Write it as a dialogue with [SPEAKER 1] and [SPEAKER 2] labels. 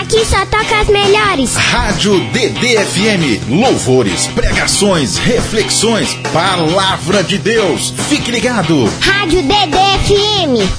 [SPEAKER 1] Aqui só toca as melhores.
[SPEAKER 2] Rádio DDFM. Louvores, pregações, reflexões. Palavra de Deus. Fique ligado.
[SPEAKER 1] Rádio DDFM.